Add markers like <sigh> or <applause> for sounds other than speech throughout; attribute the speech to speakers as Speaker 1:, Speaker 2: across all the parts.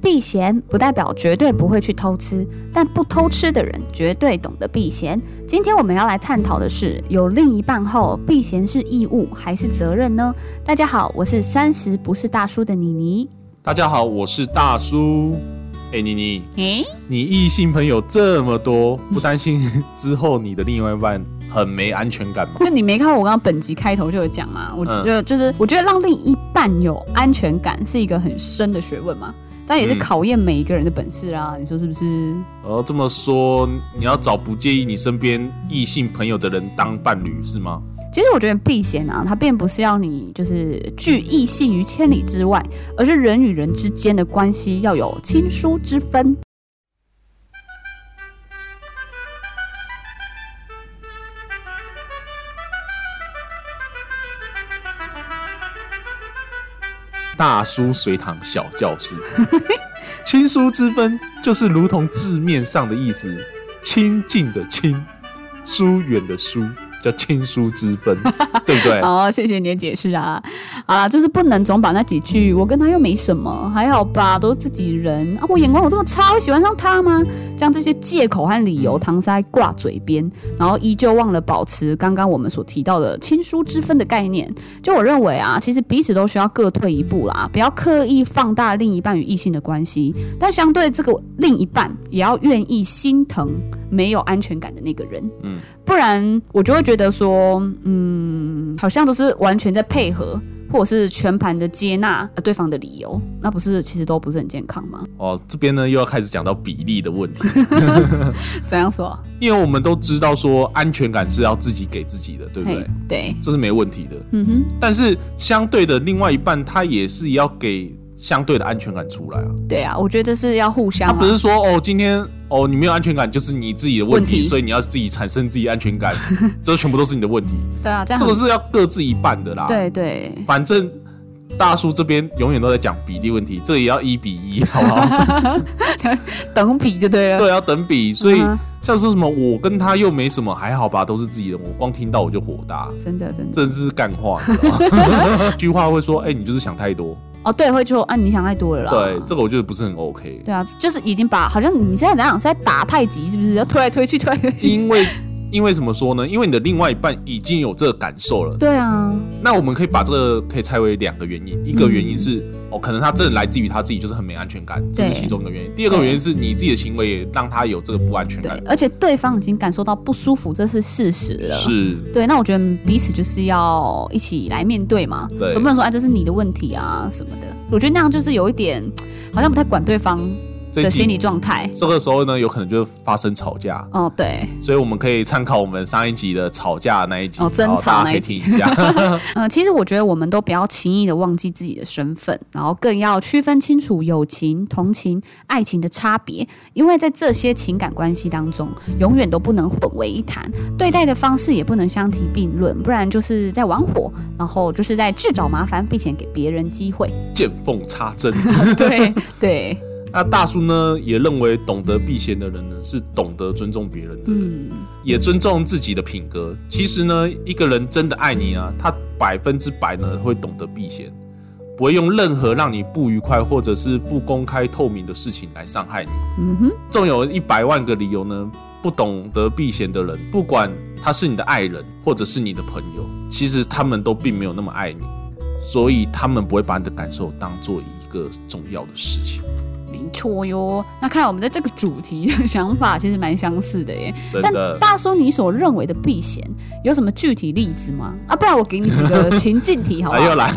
Speaker 1: 避嫌不代表绝对不会去偷吃，但不偷吃的人绝对懂得避嫌。今天我们要来探讨的是，有另一半后，避嫌是义务还是责任呢？大家好，我是三十不是大叔的妮妮。
Speaker 2: 大家好，我是大叔。哎、妮妮，
Speaker 1: 诶、
Speaker 2: 你异性朋友这么多，不担心 <laughs> 之后你的另外一半很没安全感吗？
Speaker 1: <laughs> 就你没看我刚刚本集开头就有讲嘛？我觉得就是，我觉得让另一半有安全感是一个很深的学问嘛，但也是
Speaker 2: 嗯
Speaker 1: 考验每一个人的本事啊啦。你说是不是？
Speaker 2: 然哦后这么说，你要找不介意你身边异性朋友的人当伴侣是吗？
Speaker 1: 其实我觉得避嫌啊，它并不是要你就是拒异性于千里之外，而是人与人之间的关系要有亲疏之分。
Speaker 2: 大叔随堂小教室，亲疏之分就是如同字面上的意思，亲近的亲，疏远的疏，叫亲疏之分，对不对？
Speaker 1: <laughs> 哦，谢谢你的解释啊。好啦，就是不能总把那几句“
Speaker 2: 嗯
Speaker 1: 我跟他又没什么，还好吧，都是自己人啊，我眼光有这么差，会喜欢上他吗？”将这些借口和理
Speaker 2: 嗯
Speaker 1: 由搪塞挂嘴边，然后依旧忘了保持刚刚我们所提到的亲疏之分的概念。就我认为啊，其实彼此都需要各退一步啦，不要刻意放大另一半与异性的关系，但相对这个另一半也要愿意心疼没有安全感的那个人。
Speaker 2: 嗯
Speaker 1: 不然我就会觉得说，嗯，好像都是完全在配合，或者是全盘的接纳呃对方的理由，那不是其实都不是很健康吗？
Speaker 2: 哦，这边呢又要开始讲到比例的问题。
Speaker 1: <laughs> 怎样说啊？
Speaker 2: 因为我们都知道说安全感是要自己给自己的，对不对
Speaker 1: 嘿？对，
Speaker 2: 这是没问题的。
Speaker 1: 嗯哼，
Speaker 2: 但是相对的，另外一半他也是要给相对的安全感出来啊。
Speaker 1: 对啊，我觉得这是要互相
Speaker 2: 他
Speaker 1: 啊、
Speaker 2: 不是说哦，今天哦你没有安全感就是你自己的问题，
Speaker 1: 问题
Speaker 2: 所以你要自己产生自己安
Speaker 1: <laughs>
Speaker 2: 全感，这全部都是你的问题。
Speaker 1: 对啊，这样
Speaker 2: 这个是要各自一半的啦。，
Speaker 1: 对 <laughs> 对，
Speaker 2: 反正大叔这边永远都在讲比例问题，这也要一比
Speaker 1: <laughs>
Speaker 2: 一，好不好？
Speaker 1: 等比就对了。
Speaker 2: 对，要等比。所以
Speaker 1: 嗯哼
Speaker 2: 像是什么我跟他又没什么，还好吧，都是自己人。我光听到我就火大。
Speaker 1: <laughs> 真的真的
Speaker 2: 这是干话，你知道
Speaker 1: <laughs>
Speaker 2: 吗？句话会说，哎、你就是想太多。
Speaker 1: 哦，对，会说啊，你想太多了啦。
Speaker 2: 对，这个我觉得不是很 OK，
Speaker 1: 对啊，就是已经把好像你现在怎样是在打太极，是不是？要推来推去，推来推 <laughs> 去。
Speaker 2: 因为因为怎么说呢？因为你的另外一半已经有这个感受了，
Speaker 1: 对啊，
Speaker 2: 那我们可以把这个可以拆为两个原因，一个原因是、哦，可能他真的来自于他自己就是很没安全感，这
Speaker 1: 嗯对
Speaker 2: 是其中一个原因。第二个原因是你自己的行为也让他有这个不安全
Speaker 1: 对
Speaker 2: 感，，
Speaker 1: 而且对方已经感受到不舒服，这是事实了。
Speaker 2: 是
Speaker 1: 对，那我觉得彼此就是要一起来面对嘛，
Speaker 2: 对
Speaker 1: 总不能说哎这是你的问题啊什么的。我觉得那样就是有一点好像不太管对方
Speaker 2: 这
Speaker 1: 的
Speaker 2: 一集
Speaker 1: 心理状态。
Speaker 2: 这个时候呢，有可能就发生吵架，
Speaker 1: 哦，对，
Speaker 2: 所以我们可以参考我们上一集的吵架那一集，
Speaker 1: 哦争
Speaker 2: 然后
Speaker 1: 吵
Speaker 2: 大家
Speaker 1: 那
Speaker 2: 可
Speaker 1: 一
Speaker 2: 以
Speaker 1: 集
Speaker 2: 听一下。
Speaker 1: <laughs> 呃，其实我觉得我们都不要轻易的忘记自己的身份，然后更要区分清楚友情、同情、爱情的差别，因为在这些情感关系当中，永远都不能混为一谈，对待的方式也不能相提并论，不然就是在玩火，然后就是在自找麻烦，并且给别人机会。
Speaker 2: 见缝插针。
Speaker 1: <laughs> 对对，
Speaker 2: 那大叔呢，也认为懂得避嫌的人呢，是懂得尊重别人的，
Speaker 1: 嗯。
Speaker 2: 也尊重自己的品格。其实呢，一个人真的爱你啊，他百分之百呢会懂得避嫌，不会用任何让你不愉快或者是不公开透明的事情来伤害你。
Speaker 1: 嗯哼，
Speaker 2: 纵有一百万个理由呢，不懂得避嫌的人，不管他是你的爱人或者是你的朋友，其实他们都并没有那么爱你，所以他们不会把你的感受当做一个重要的事情。
Speaker 1: 没错哟。那看来我们在这个主题的想法其实蛮相似的耶。
Speaker 2: 真
Speaker 1: 但
Speaker 2: 的。
Speaker 1: 大叔，你所认为的避嫌有什么具体例子吗？啊，不然我给你几个情境题好不
Speaker 2: 啊，又
Speaker 1: 好？
Speaker 2: 来！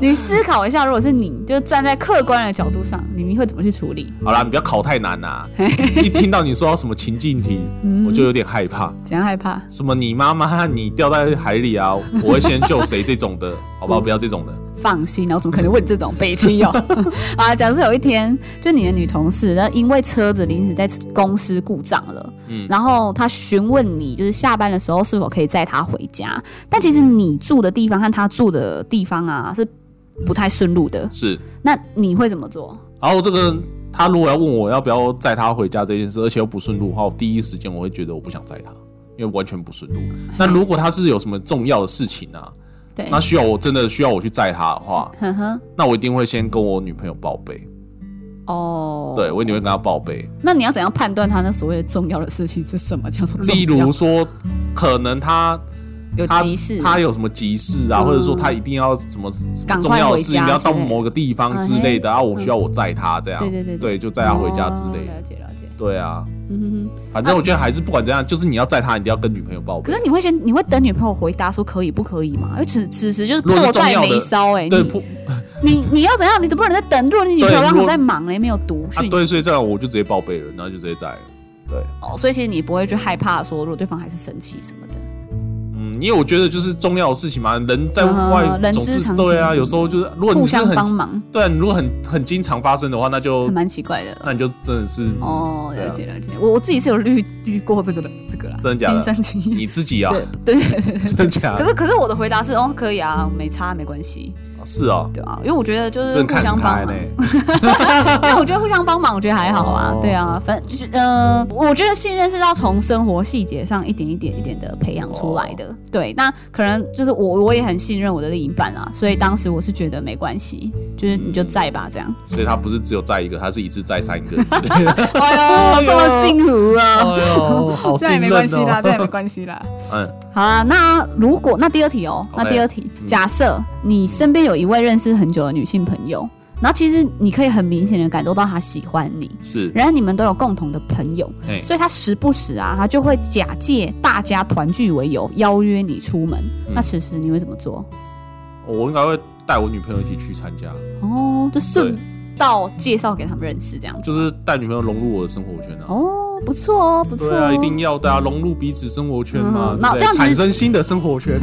Speaker 1: 你思考一下，如果是你，就站在客观的角度上，你们会怎么去处理？
Speaker 2: <laughs> 好啦，你不要考太难啦、
Speaker 1: <laughs>
Speaker 2: 一听到你说到什么情境题，
Speaker 1: 嗯
Speaker 2: 我就有点害怕。
Speaker 1: 怎样害怕？
Speaker 2: 什么你妈妈你掉在海里啊，我会先救谁这种的， <laughs> 好
Speaker 1: 嗯
Speaker 2: 不好？不要这种的。
Speaker 1: 放心，然后怎么可能问这种北 <laughs> 七哦？啊，假设有一天，就你的女同事，那因为车子临时在公司故障了，嗯，然后她询问你，就是下班的时候是否可以载她回家，但其实你住的地方和她住的地方啊是不太顺路的，
Speaker 2: 是，
Speaker 1: 那你会怎么做？
Speaker 2: 然后这个他如果要问我要不要载他回家这件事，而且又不顺路的话，我第一时间我会觉得我不想载他，因为完全不顺
Speaker 1: <laughs>
Speaker 2: 路。那如果他是有什么重要的事情啊，
Speaker 1: 对，
Speaker 2: 那需要我真的需要我去载他的话，
Speaker 1: 呵呵，
Speaker 2: 那我一定会先跟我女朋友报备。
Speaker 1: 哦，
Speaker 2: 对，我一定会跟他报备。
Speaker 1: 那你要怎样判断他那所谓的重要的事情是什么叫做重
Speaker 2: 例
Speaker 1: 要
Speaker 2: 如说，可能他
Speaker 1: 有
Speaker 2: 他
Speaker 1: 急事，
Speaker 2: 他有什么急事啊，
Speaker 1: 嗯
Speaker 2: 或者说他一定要什么什么
Speaker 1: 赶
Speaker 2: 重
Speaker 1: 快
Speaker 2: 要的
Speaker 1: 回
Speaker 2: 事情
Speaker 1: 家
Speaker 2: 要
Speaker 1: 之
Speaker 2: 到
Speaker 1: 类的
Speaker 2: 某个地方之
Speaker 1: 嗯
Speaker 2: 类的，然啊后我
Speaker 1: 嗯
Speaker 2: 需要我载他这样，
Speaker 1: 对对对
Speaker 2: 对，就载他回家之类
Speaker 1: 哦了
Speaker 2: 的，
Speaker 1: 解了解，
Speaker 2: 对啊。
Speaker 1: 嗯哼哼。
Speaker 2: 反正我觉得还是不管怎样，就是你要载他，你一定要跟女朋友报备
Speaker 1: 可。是你会先，你会等女朋友回答说可以不可以吗？因为此此时就是
Speaker 2: 如果是
Speaker 1: 迫
Speaker 2: 重
Speaker 1: 在
Speaker 2: 要的
Speaker 1: 眉梢哎、
Speaker 2: 对，
Speaker 1: 你
Speaker 2: 不啊
Speaker 1: 你你要怎样？你总不能再等？如果你女朋友
Speaker 2: 对
Speaker 1: 刚
Speaker 2: 如
Speaker 1: 好
Speaker 2: 果
Speaker 1: 在忙哎、没有读
Speaker 2: 啊
Speaker 1: 讯
Speaker 2: 对，
Speaker 1: 息、
Speaker 2: 所以这样我就直接报备了，然后就直接载了。对，
Speaker 1: 哦，所以其实你不会去害怕说，如果对方还是生气什么的。
Speaker 2: 嗯，因为我觉得就是重要的事情嘛，人在
Speaker 1: 嗯
Speaker 2: 外
Speaker 1: 人
Speaker 2: 总
Speaker 1: 之
Speaker 2: 是
Speaker 1: 常
Speaker 2: 对
Speaker 1: 情
Speaker 2: 啊，有时候就是如果你
Speaker 1: 互
Speaker 2: 是
Speaker 1: 相帮
Speaker 2: 很
Speaker 1: 忙，
Speaker 2: 对啊，你如果很很经常发生的话，那就
Speaker 1: 还蛮奇怪的。
Speaker 2: 那你就真的是
Speaker 1: 哦，
Speaker 2: 哎对啊
Speaker 1: 了解了解，我我自己是有遇遇过这个的，这个啦，
Speaker 2: 真的假的啊
Speaker 1: 亲身经验。
Speaker 2: 你自己啊，
Speaker 1: 对对对对对。
Speaker 2: <laughs> 真假
Speaker 1: 可
Speaker 2: 的
Speaker 1: 是可是我的回答是哦，可以啊，没差没关系，
Speaker 2: 是啊，
Speaker 1: 对啊，因为我觉得就是
Speaker 2: 真
Speaker 1: 互
Speaker 2: 看
Speaker 1: 相
Speaker 2: 不开
Speaker 1: 帮
Speaker 2: 呢
Speaker 1: 忙，。 <laughs> 因为我觉得互相帮忙，我觉得还好啊，
Speaker 2: 哦
Speaker 1: 对啊，反正就是呃，我觉得信任是要从生活细节上一点一点一点的培养出来
Speaker 2: 哦
Speaker 1: 的。对，那可能就是我我也很信任我的另一半啊，所以当时我是觉得没关系，就是你就在吧，这样。
Speaker 2: 所以他不是只有载一个，他是一次载三个
Speaker 1: <laughs>
Speaker 2: 之类的。
Speaker 1: 哎 <laughs> 呦，这么幸福啊！
Speaker 2: 哎呦，好
Speaker 1: 这
Speaker 2: 信
Speaker 1: 样也
Speaker 2: 任
Speaker 1: 没关系啦，
Speaker 2: <laughs>
Speaker 1: 这样也没
Speaker 2: 哦。
Speaker 1: 关系啦。
Speaker 2: 嗯，
Speaker 1: 好啦，那如果那第二题哦，
Speaker 2: OK
Speaker 1: 那第二题，
Speaker 2: 嗯
Speaker 1: 假设你身边有一位认识很久的女性朋友，然后其实你可以很明显的感受到她喜欢你，
Speaker 2: 是，
Speaker 1: 然后你们都有共同的朋友，
Speaker 2: 哎，
Speaker 1: 所以她时不时啊，她就会假借大家团聚为由邀约你出门。
Speaker 2: 嗯
Speaker 1: 那此时你会怎么做？
Speaker 2: 我应该会带我女朋友一起去参加，
Speaker 1: 哦，就顺
Speaker 2: 对
Speaker 1: 道介绍给他们认识这样子。
Speaker 2: 就是带女朋友融入我的生活圈啊。
Speaker 1: 哦，不错哦，不错、哦。
Speaker 2: 对啊，一定要的啊，融入彼此生活圈
Speaker 1: 嗯，
Speaker 2: 嘛对不
Speaker 1: 那
Speaker 2: 对
Speaker 1: 这样子
Speaker 2: 产生新的生
Speaker 1: <laughs>
Speaker 2: 活圈。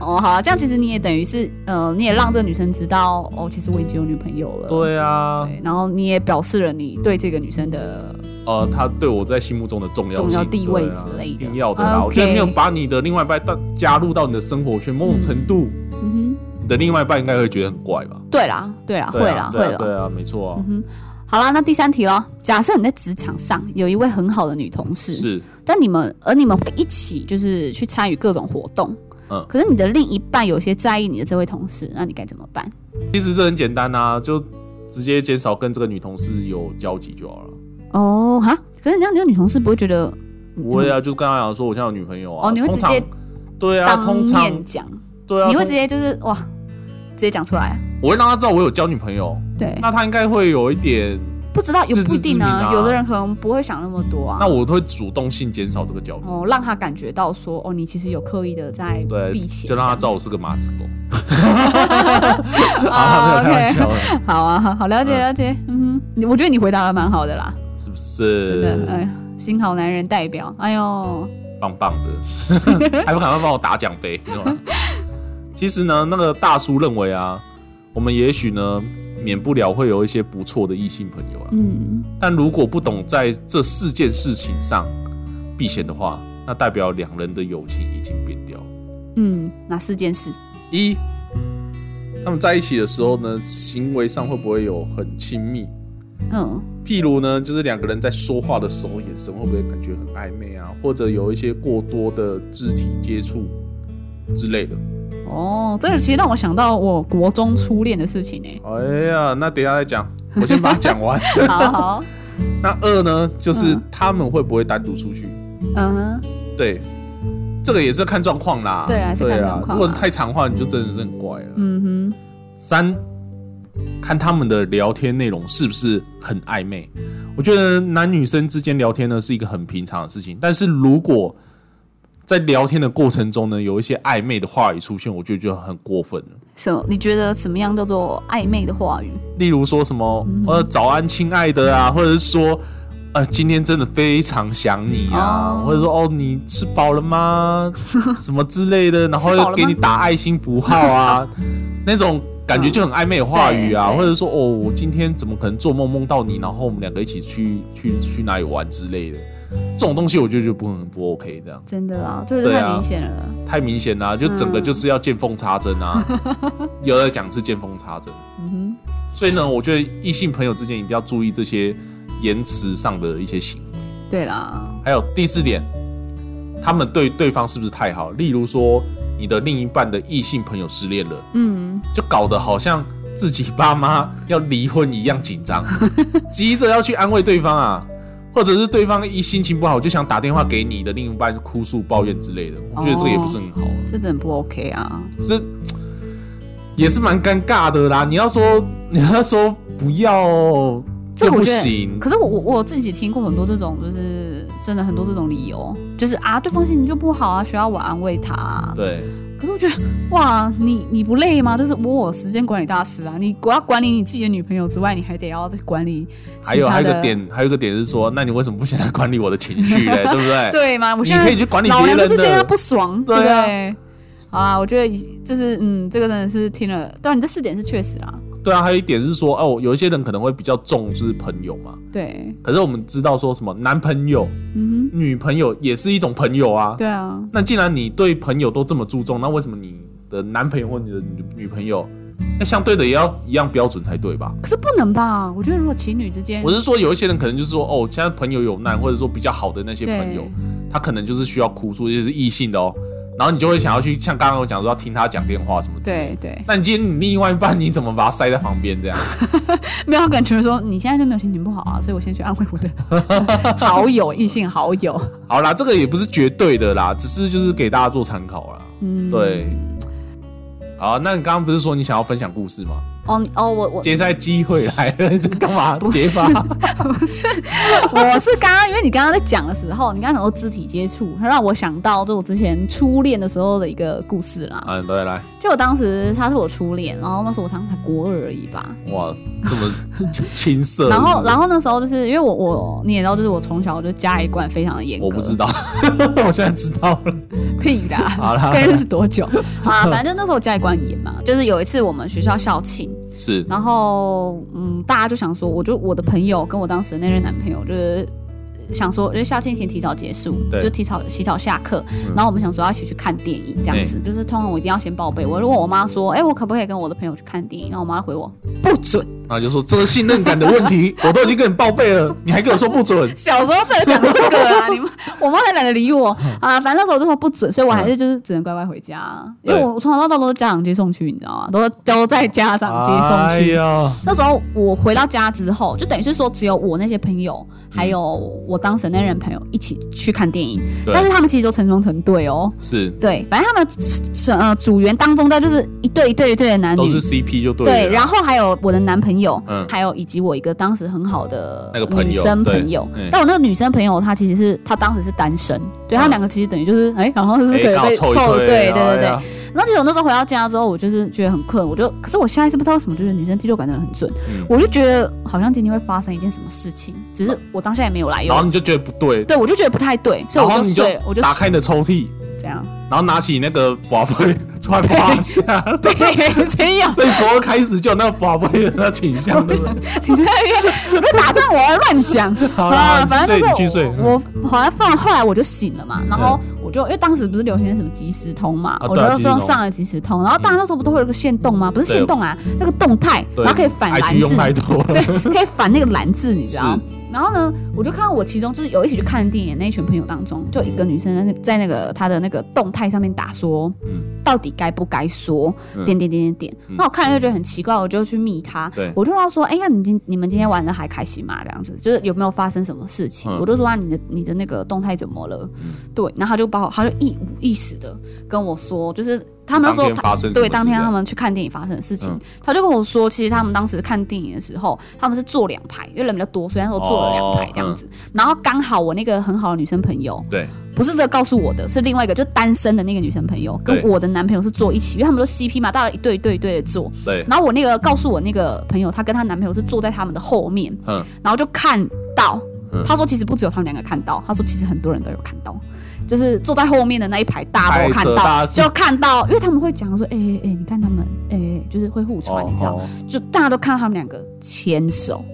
Speaker 1: 哦，好了，这样其实你也等于是，呃，你也让这个女生知道，哦，其实我已经有女朋友了。
Speaker 2: 对啊，
Speaker 1: 对，然后你也表示了你对这个女生的，
Speaker 2: 呃，他对我在心目中的重要性
Speaker 1: 重要地位
Speaker 2: 对啊
Speaker 1: 之类的
Speaker 2: 一定要的啦。
Speaker 1: OK
Speaker 2: 我觉得没有把你的另外一半到加入到你的生活圈，某种程度，
Speaker 1: 嗯
Speaker 2: 你的另外一半应该会觉得很怪吧？
Speaker 1: 哼，对啦，对啦，
Speaker 2: 对
Speaker 1: 会
Speaker 2: 啊
Speaker 1: 啦，
Speaker 2: 对
Speaker 1: 会
Speaker 2: 啊，对
Speaker 1: 啦。
Speaker 2: 啊，没错啊
Speaker 1: 嗯，哼，好啦，那第三题咯，假设你在职场上有一位很好的女同事，
Speaker 2: 是。
Speaker 1: 但你们而你们会一起就是去参与各种活动，
Speaker 2: 嗯
Speaker 1: 可是你的另一半有些在意你的这位同事，那你该怎么办？
Speaker 2: 其实这很简单啊，就直接减少跟这个女同事有交集就好了。
Speaker 1: 哦，哈，可是你让你的女同事不会觉得，
Speaker 2: 我也、啊、就跟她讲说，我现在有女朋友啊。
Speaker 1: 嗯哦你会
Speaker 2: 通常
Speaker 1: 直接
Speaker 2: 对啊，
Speaker 1: 当
Speaker 2: 通常
Speaker 1: 面讲，
Speaker 2: 对啊，
Speaker 1: 你会直
Speaker 2: 通
Speaker 1: 接就是哇，直接讲出来，
Speaker 2: 我会让她知道我有交女朋友，
Speaker 1: 对，
Speaker 2: 那她应该会有一点，
Speaker 1: 不知道有
Speaker 2: 自知
Speaker 1: 不一定
Speaker 2: 之明
Speaker 1: 啊
Speaker 2: 啊
Speaker 1: 有的人可能不会想那么多啊。
Speaker 2: 那我会主动性减少这个交集，
Speaker 1: 哦，让他感觉到说，哦，你其实有刻意的在
Speaker 2: 对
Speaker 1: 避，嫌，
Speaker 2: 就让她知
Speaker 1: 这
Speaker 2: 道
Speaker 1: 样
Speaker 2: 我
Speaker 1: 子
Speaker 2: 是个马子
Speaker 1: <laughs>
Speaker 2: 狗。 <laughs>
Speaker 1: 啊
Speaker 2: 没有开玩
Speaker 1: ，OK，
Speaker 2: 笑的，
Speaker 1: 好啊，好好了解
Speaker 2: 嗯
Speaker 1: 了解，嗯哼，你我觉得你回答的蛮好的啦，
Speaker 2: 是不
Speaker 1: 真的，
Speaker 2: 是？
Speaker 1: 哎呀，新好男人代表，哎呦，
Speaker 2: 棒棒的， <laughs> 还不赶快帮我打奖杯？没有啦其实呢，那个大叔认为啊，我们也许呢，免不了会有一些不错的异性朋友啊。
Speaker 1: 嗯，
Speaker 2: 但如果不懂在这四件事情上避嫌的话，那代表两人的友情已经变掉了。
Speaker 1: 嗯，哪四件事？
Speaker 2: 一，他们在一起的时候呢，行为上会不会有很亲密？
Speaker 1: 嗯，
Speaker 2: 譬如呢，就是两个人在说话的时候，眼神会不会感觉很暧昧啊，或者有一些过多的肢体接触之类的？
Speaker 1: 哦，这个其实让我想到我国中初恋的事情哎、
Speaker 2: 哎呀，那等一下再 <laughs> 讲，我先把它讲 <laughs> 完。
Speaker 1: <laughs> 好好，
Speaker 2: 那二呢，就是
Speaker 1: 嗯
Speaker 2: 他们会不会单独出去？
Speaker 1: <laughs> 嗯，
Speaker 2: 对，这个也是看状况啦。
Speaker 1: 对啊是看
Speaker 2: 对
Speaker 1: 状况啊
Speaker 2: 如果太长的话，你就真的是很怪了。
Speaker 1: 嗯哼，
Speaker 2: 三，看他们的聊天内容是不是很暧昧。我觉得男女生之间聊天呢是一个很平常的事情，但是如果在聊天的过程中呢，有一些暧昧的话语出现，我就觉得很过分了。
Speaker 1: 什么？你觉得怎么样叫做暧昧的话语？
Speaker 2: 例如说什么
Speaker 1: 嗯
Speaker 2: 呃早安亲爱的啊，或者是说呃今天真的非常想你啊，
Speaker 1: 哦
Speaker 2: 或者说哦你吃饱
Speaker 1: <laughs>
Speaker 2: 了吗，什么之类的，然后
Speaker 1: 吃饱了吗
Speaker 2: 给你打爱心符
Speaker 1: <laughs>
Speaker 2: 号啊，那种感觉就很暧昧的话语
Speaker 1: 嗯
Speaker 2: 啊，
Speaker 1: 对对
Speaker 2: 或者说哦我今天怎么可能做梦梦到你，然后我们两个一起去去去哪里玩之类的。这种东西我就觉得不很不 OK，这样
Speaker 1: 真的啊，这个就
Speaker 2: 对
Speaker 1: 太
Speaker 2: 啊
Speaker 1: 明显了。
Speaker 2: 太明显啦、就整个
Speaker 1: 嗯
Speaker 2: 就是要见缝插针
Speaker 1: <laughs>
Speaker 2: 啊，有的讲是见缝插针。
Speaker 1: 嗯哼。
Speaker 2: 所以呢，我觉得异性朋友之间一定要注意这些言辞上的一些行为。
Speaker 1: 对啦，
Speaker 2: 还有第四点，他们对对方是不是太好？例如说，你的另一半的异性朋友失恋了，
Speaker 1: 嗯，
Speaker 2: 就搞得好像自己爸妈要离婚一样紧
Speaker 1: <laughs>
Speaker 2: 张，急着要去安慰对方啊，或者是对方一心情不好就想打电话给你的另一半哭诉抱怨之类的，我觉得这个也不是很好、啊，
Speaker 1: 这真的不 OK 啊。
Speaker 2: 这也是蛮尴尬的啦。你要说 <laughs> 你要说不要，
Speaker 1: 这个
Speaker 2: 不
Speaker 1: 我觉得
Speaker 2: 行，
Speaker 1: 可是我我我自己听过很多这种，就是真的很多这种理由，就是啊，对方心情就不好啊，需要我安慰他、啊。
Speaker 2: 对，
Speaker 1: 可是我觉得，哇，你你不累吗？就是我时间管理大师啊，你我要管理你自己的女朋友之外，你还得要管理
Speaker 2: 还
Speaker 1: 其
Speaker 2: 有还
Speaker 1: 他
Speaker 2: 有一
Speaker 1: 的
Speaker 2: 个。点，还有一个点是说，那你为什么不想来管理我的情绪
Speaker 1: <laughs>
Speaker 2: 嘞？对不对？
Speaker 1: 对吗？我
Speaker 2: 你
Speaker 1: 现在
Speaker 2: 可以去管理
Speaker 1: 老
Speaker 2: 别
Speaker 1: 娘
Speaker 2: 人
Speaker 1: 就是现在
Speaker 2: 的。
Speaker 1: 不爽，
Speaker 2: 对
Speaker 1: 对不
Speaker 2: 啊
Speaker 1: 对？好啊，我觉得以就是嗯，这个真的是听了，当然这四点是确实啦，
Speaker 2: 对啊，还有一点是说，哦，有一些人可能会比较重视朋友嘛。
Speaker 1: 对，
Speaker 2: 可是我们知道说什么男朋友、
Speaker 1: 嗯
Speaker 2: 女朋友也是一种朋友啊
Speaker 1: 哼，。对啊，
Speaker 2: 那既然你对朋友都这么注重，那为什么你的男朋友或你的女女朋友，那相对的也要一样标准才对吧？
Speaker 1: 可是不能吧？我觉得如果情侣之间
Speaker 2: 我，是说，有一些人可能就是说，哦，现在朋友有难，或者说比较好的那些
Speaker 1: 嗯对
Speaker 2: 朋友，他可能就是需要哭诉，就是异性的哦。然后你就会想要去像刚刚我讲说要听他讲电话什么之类的。
Speaker 1: 对对，
Speaker 2: 那你今天你另外一半你怎么把他塞在旁
Speaker 1: <laughs>
Speaker 2: 边这样？
Speaker 1: 没有他可能觉得说你现在就没有心情不好啊，所以我先去安慰我的 <laughs> 好友、异性好友，
Speaker 2: 好啦，这个也不是绝对的啦，只是就是给大家做参考啦。
Speaker 1: 嗯，
Speaker 2: 对。好，那你刚刚不是说你想要分享故事吗？
Speaker 1: 哦你哦，我我
Speaker 2: 接下来机会来了，你在干嘛？
Speaker 1: 不
Speaker 2: 结
Speaker 1: 是
Speaker 2: 巴？
Speaker 1: 不是，我是刚刚因为你刚刚在讲的时候，你刚刚讲说肢体接触，它让我想到就我之前初恋的时候的一个故事啦。
Speaker 2: 嗯，对，来，
Speaker 1: 就我当时他是我初恋，然后那时候我当才国二而已吧。
Speaker 2: 哇，
Speaker 1: <laughs>
Speaker 2: 这么青涩。
Speaker 1: 然后，然
Speaker 2: 后
Speaker 1: 后那时候就是因为我我你也知道，就是我从小就家里管非常的严格，
Speaker 2: 我不知道， <laughs> 我现在知道了。
Speaker 1: 屁啦，
Speaker 2: 好啦
Speaker 1: 该认识多久啊？反正就那时候我家里管很严嘛。就是有一次我们学校校庆，
Speaker 2: 是
Speaker 1: 然后嗯，大家就想说，我就我的朋友跟我当时的那任男朋友就是。想说，因为校庆前提早结束，
Speaker 2: 对嗯
Speaker 1: 就提早提早下课，然后我们想说要一起去看电影，这样子。就是通常我一定要先报备，我就问我妈说，哎、我可不可以跟我的朋友去看电影？然后我妈回
Speaker 2: <laughs>
Speaker 1: 我不准。
Speaker 2: 啊，就说这是信任感的问题，
Speaker 1: <laughs>
Speaker 2: 我都已经跟你报备了，你还跟我说不准。
Speaker 1: 小时候在讲这个啊，
Speaker 2: <laughs>
Speaker 1: 你们我妈才懒得理我啊。反正那时候我就说不准，所以我
Speaker 2: 嗯
Speaker 1: 还是就是只能乖乖回家，因为我我从小到大都是家长接送去，你知道吗？都都在家长接送去。
Speaker 2: 哎呀，
Speaker 1: 那时候我回到家之后，就等于是说只有我那些朋友，还有我当时那任朋友一起去看电影，
Speaker 2: 对
Speaker 1: 但是他们其实都成双成对哦。
Speaker 2: 是
Speaker 1: 对，反正他们呃组员当中，大概就是一对一对一对的男女
Speaker 2: 都，是 CP 就对了。
Speaker 1: 对，然后还有我的男朋友，
Speaker 2: 嗯
Speaker 1: 还有以及我一个当时很好的
Speaker 2: 那个朋友
Speaker 1: 女生
Speaker 2: 对
Speaker 1: 朋友
Speaker 2: 嗯，
Speaker 1: 但我那个女生朋友她其实是她当时是单身，对，
Speaker 2: 嗯
Speaker 1: 他们两个其实等于就是哎，然后是可以
Speaker 2: 哎，刚好
Speaker 1: 被
Speaker 2: 凑
Speaker 1: 凑，
Speaker 2: 一
Speaker 1: 对
Speaker 2: 对，
Speaker 1: 对对
Speaker 2: 哎
Speaker 1: 对
Speaker 2: 呀。
Speaker 1: 然后其实我那时候回到家之后，我就是觉得很困，我就可是我下一次不知道为什么就觉得女生第六感真的很准
Speaker 2: 嗯，
Speaker 1: 我就觉得好像今天会发生一件什么事情，只是我当下也没有来由
Speaker 2: 然后，你就觉得不对，
Speaker 1: 对我就觉得不太对，所以我
Speaker 2: 然后
Speaker 1: 就
Speaker 2: 你就
Speaker 1: 睡了，我就
Speaker 2: 打开你的抽屉，
Speaker 1: 这样，
Speaker 2: 然后拿起那个宝贝，踹趴下。 <laughs>
Speaker 1: 对， <laughs> 这样。
Speaker 2: 所以国二开始就有那个宝贝的那倾向，对不对？
Speaker 1: <laughs> 你在那边你在打断我啊乱讲啊
Speaker 2: 好啦好啦
Speaker 1: 反正
Speaker 2: 你嗯
Speaker 1: 就
Speaker 2: 继
Speaker 1: 是
Speaker 2: 续
Speaker 1: 我我好像放，后来我就醒了嘛，然后我就因为当时不是流行什么即时通嘛，
Speaker 2: 嗯啊
Speaker 1: 我
Speaker 2: 对啊
Speaker 1: 就
Speaker 2: 即时
Speaker 1: 上
Speaker 2: 通嗯
Speaker 1: 上了即时通，然后大家那时候不都会有个限动吗？不是
Speaker 2: 对
Speaker 1: 限动啊，那个动态，
Speaker 2: 对
Speaker 1: 然后可以反蓝
Speaker 2: IG 用太
Speaker 1: 字，
Speaker 2: 多了，
Speaker 1: 对，
Speaker 2: <laughs>
Speaker 1: 可以反那个蓝字，你知道
Speaker 2: 是？
Speaker 1: 然后呢，我就看到我其中就是有一起去看电影的那一群朋友当中，就一个女生在那在那个她的那个动态上面打说，
Speaker 2: 嗯
Speaker 1: 到底该不该说
Speaker 2: 嗯
Speaker 1: 点点点点点。
Speaker 2: 嗯
Speaker 1: 那我看了就觉得很奇怪，我就去密她，
Speaker 2: 对
Speaker 1: 我就让她说，哎、呀，你今你们今天玩的还开心吗？这样子，就是有没有发生什么事情？
Speaker 2: 嗯
Speaker 1: 我就说啊，你的你的那个动态怎么了？对，然后她就把我，她就一五一十的跟我说，就是他们就
Speaker 2: 当
Speaker 1: 说
Speaker 2: 天发生什么
Speaker 1: 对，当天
Speaker 2: 事啊
Speaker 1: 他们去看电影发生的事情，
Speaker 2: 嗯
Speaker 1: 他就跟我说，其实他们当时看电影的时候，他们是坐两排，因为人比较多，所以那时候坐了两排这样
Speaker 2: 哦
Speaker 1: 子。
Speaker 2: 嗯
Speaker 1: 然后刚好我那个很好的女生朋友，
Speaker 2: 对
Speaker 1: 不是这个告诉我的，是另外一个就单身的那个女生朋友跟
Speaker 2: 对
Speaker 1: 我的男朋友是坐一起，因为他们都 CP 嘛，大家一对一对一对的坐。
Speaker 2: 对，
Speaker 1: 然后我那个告诉我那个朋友，她跟她男朋友是坐在他们的后面，
Speaker 2: 嗯，
Speaker 1: 然后就看到
Speaker 2: 嗯。
Speaker 1: 她说：“其实不只有他们两个看到，她说其实很多人都有看到，就是坐在后面的那一排大家都
Speaker 2: 太
Speaker 1: 看
Speaker 2: 扯大
Speaker 1: 到，
Speaker 2: 家是
Speaker 1: 就看到，因为他们会讲说，哎哎哎，你看他们，哎、哎就是会互传，你知道，
Speaker 2: 哦，
Speaker 1: 就大家都看到他们两个牵手。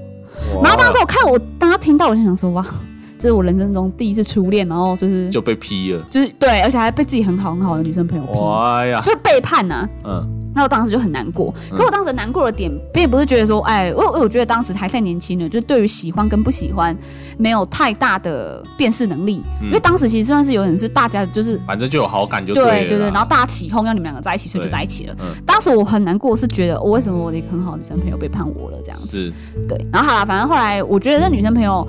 Speaker 2: 哦
Speaker 1: 然后当
Speaker 2: 哇
Speaker 1: 时我看我，当他听到，我就想说，哇， <laughs> 这是我人生中第一次初恋，然后就是
Speaker 2: 就被批了，
Speaker 1: 就是对，而且还被自己很好很好的女生朋友劈，
Speaker 2: 哇呀，
Speaker 1: 就是背叛呐、
Speaker 2: 嗯，
Speaker 1: 那我当时就很难过，可我当时难过的点，并不是觉得说，哎，我我觉得当时还太年轻了，就对于喜欢跟不喜欢没有太大的辨识能力，
Speaker 2: 嗯
Speaker 1: 因为当时其实算是有点是大家就是
Speaker 2: 反正就有好感就
Speaker 1: 对
Speaker 2: 了啦。
Speaker 1: 对对，然后大家起哄要你们两个在一起，所以就
Speaker 2: 对
Speaker 1: 在一起了。
Speaker 2: 嗯
Speaker 1: 当时我很难过，是觉得哦我、为什么我的一个很好的女生朋友背叛我了这样子。
Speaker 2: 是
Speaker 1: 对，然后好了，反正后来我觉得这女生朋友。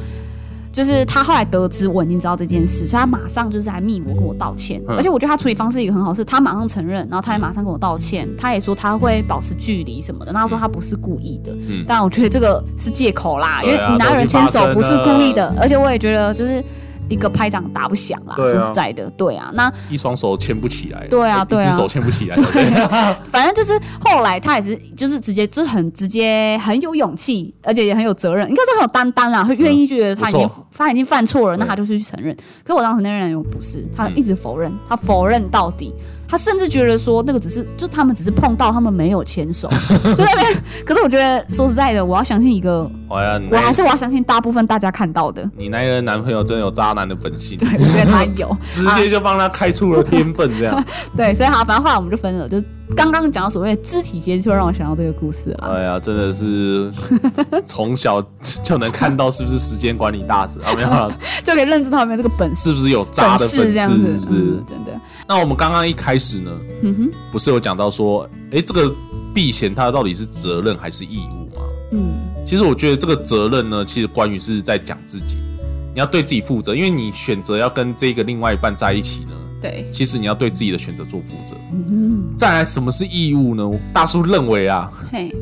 Speaker 1: 就是她后来得知我已经知道这件事，所以她马上就是来密我跟我道歉，
Speaker 2: 嗯
Speaker 1: 而且我觉得她处理方式也很好，是她马上承认，然后她也马上跟我道歉，她也说她会保持距离什么的，那她说她不是故意的，
Speaker 2: 嗯
Speaker 1: 但我觉得这个是借口啦，因
Speaker 2: 对
Speaker 1: 为
Speaker 2: 啊
Speaker 1: 你拿人牵手不是故意的
Speaker 2: 都，
Speaker 1: 而且我也觉得就是一个拍掌打不响啦，
Speaker 2: 对啊
Speaker 1: 说实在的，对啊，那
Speaker 2: 一双手牵不起来，哎
Speaker 1: 对啊对啊
Speaker 2: 一只手牵不起
Speaker 1: <laughs>
Speaker 2: 来，对 <laughs>
Speaker 1: 反正就是后来他也是就是直接就是很直接很有勇气，而且也很有责任，应该是很有担当啊啦，会愿意觉得他已经、
Speaker 2: 不
Speaker 1: 他已经犯错了，那
Speaker 2: 对
Speaker 1: 他就是去承认。可我当时那任又不是，他
Speaker 2: 嗯
Speaker 1: 一直否认，他否认到底。他甚至觉得说那个只是，就他们只是碰到，他们没有牵 <laughs> 手，就那边。可是我觉得说实在的，我要相信一个，
Speaker 2: 哎呀，你
Speaker 1: 我
Speaker 2: 那
Speaker 1: 还是我要相信大部分大家看到的， <laughs>
Speaker 2: 你那个男朋友真的有渣男的本性，
Speaker 1: 对，我觉得他有。
Speaker 2: 直接就帮他开出了天分，这样。 <laughs>
Speaker 1: 对，所以好，反正后来我们就分了。就刚刚讲到所谓的肢体接触，让我想到这个故事了。
Speaker 2: 哎呀，真的是从小就能看到是不是时间管理大师啊？没
Speaker 1: <laughs>
Speaker 2: 有啦，
Speaker 1: 就可以认知到他们有这个本事。
Speaker 2: 是不是有渣的
Speaker 1: 事
Speaker 2: 粉
Speaker 1: 这
Speaker 2: 丝？
Speaker 1: 样
Speaker 2: 是
Speaker 1: 子，
Speaker 2: 不是
Speaker 1: 嗯？真的，
Speaker 2: 那我们刚刚一开始呢，
Speaker 1: 嗯哼，
Speaker 2: 不是有讲到说，哎，这个避嫌它到底是责任还是义务吗？
Speaker 1: 嗯，
Speaker 2: 其实我觉得这个责任呢，其实关于是在讲自己，你要对自己负责，因为你选择要跟这个另外一半在一起呢，
Speaker 1: 对，
Speaker 2: 其实你要对自己的选择做负责。
Speaker 1: 嗯
Speaker 2: 再来，什么是义务呢？大叔认为啊，
Speaker 1: 哼，嘿，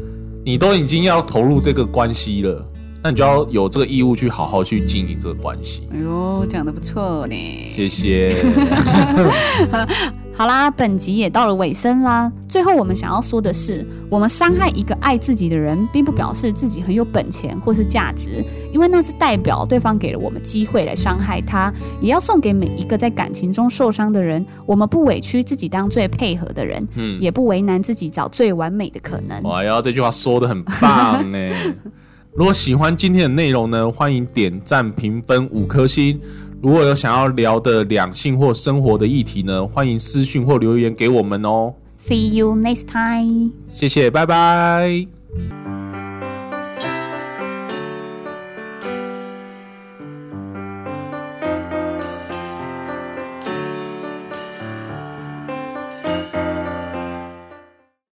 Speaker 2: 你都已经要投入这个关系了，那你就要有这个义务去好好去经营这个关系。
Speaker 1: 哎呦，讲的不错呢。
Speaker 2: 谢谢。
Speaker 1: 好啦，本集也到了尾声啦。最后我们想要说的是，我们伤害一个爱自己的人，并不表示自己很有本钱或是价值，因为那是代表对方给了我们机会来伤害他。也要送给每一个在感情中受伤的人，我们不委屈自己当最配合的人，
Speaker 2: 嗯哦
Speaker 1: 也不为难自己找最完美的可能。
Speaker 2: 哇，要这句话说的很棒呢。如果喜欢今天的内容呢，欢迎点赞、评分五颗星。如果有想要聊的两性或生活的议题呢，欢迎私讯或留言给我们哦。
Speaker 1: See you next time.
Speaker 2: 谢谢，拜拜。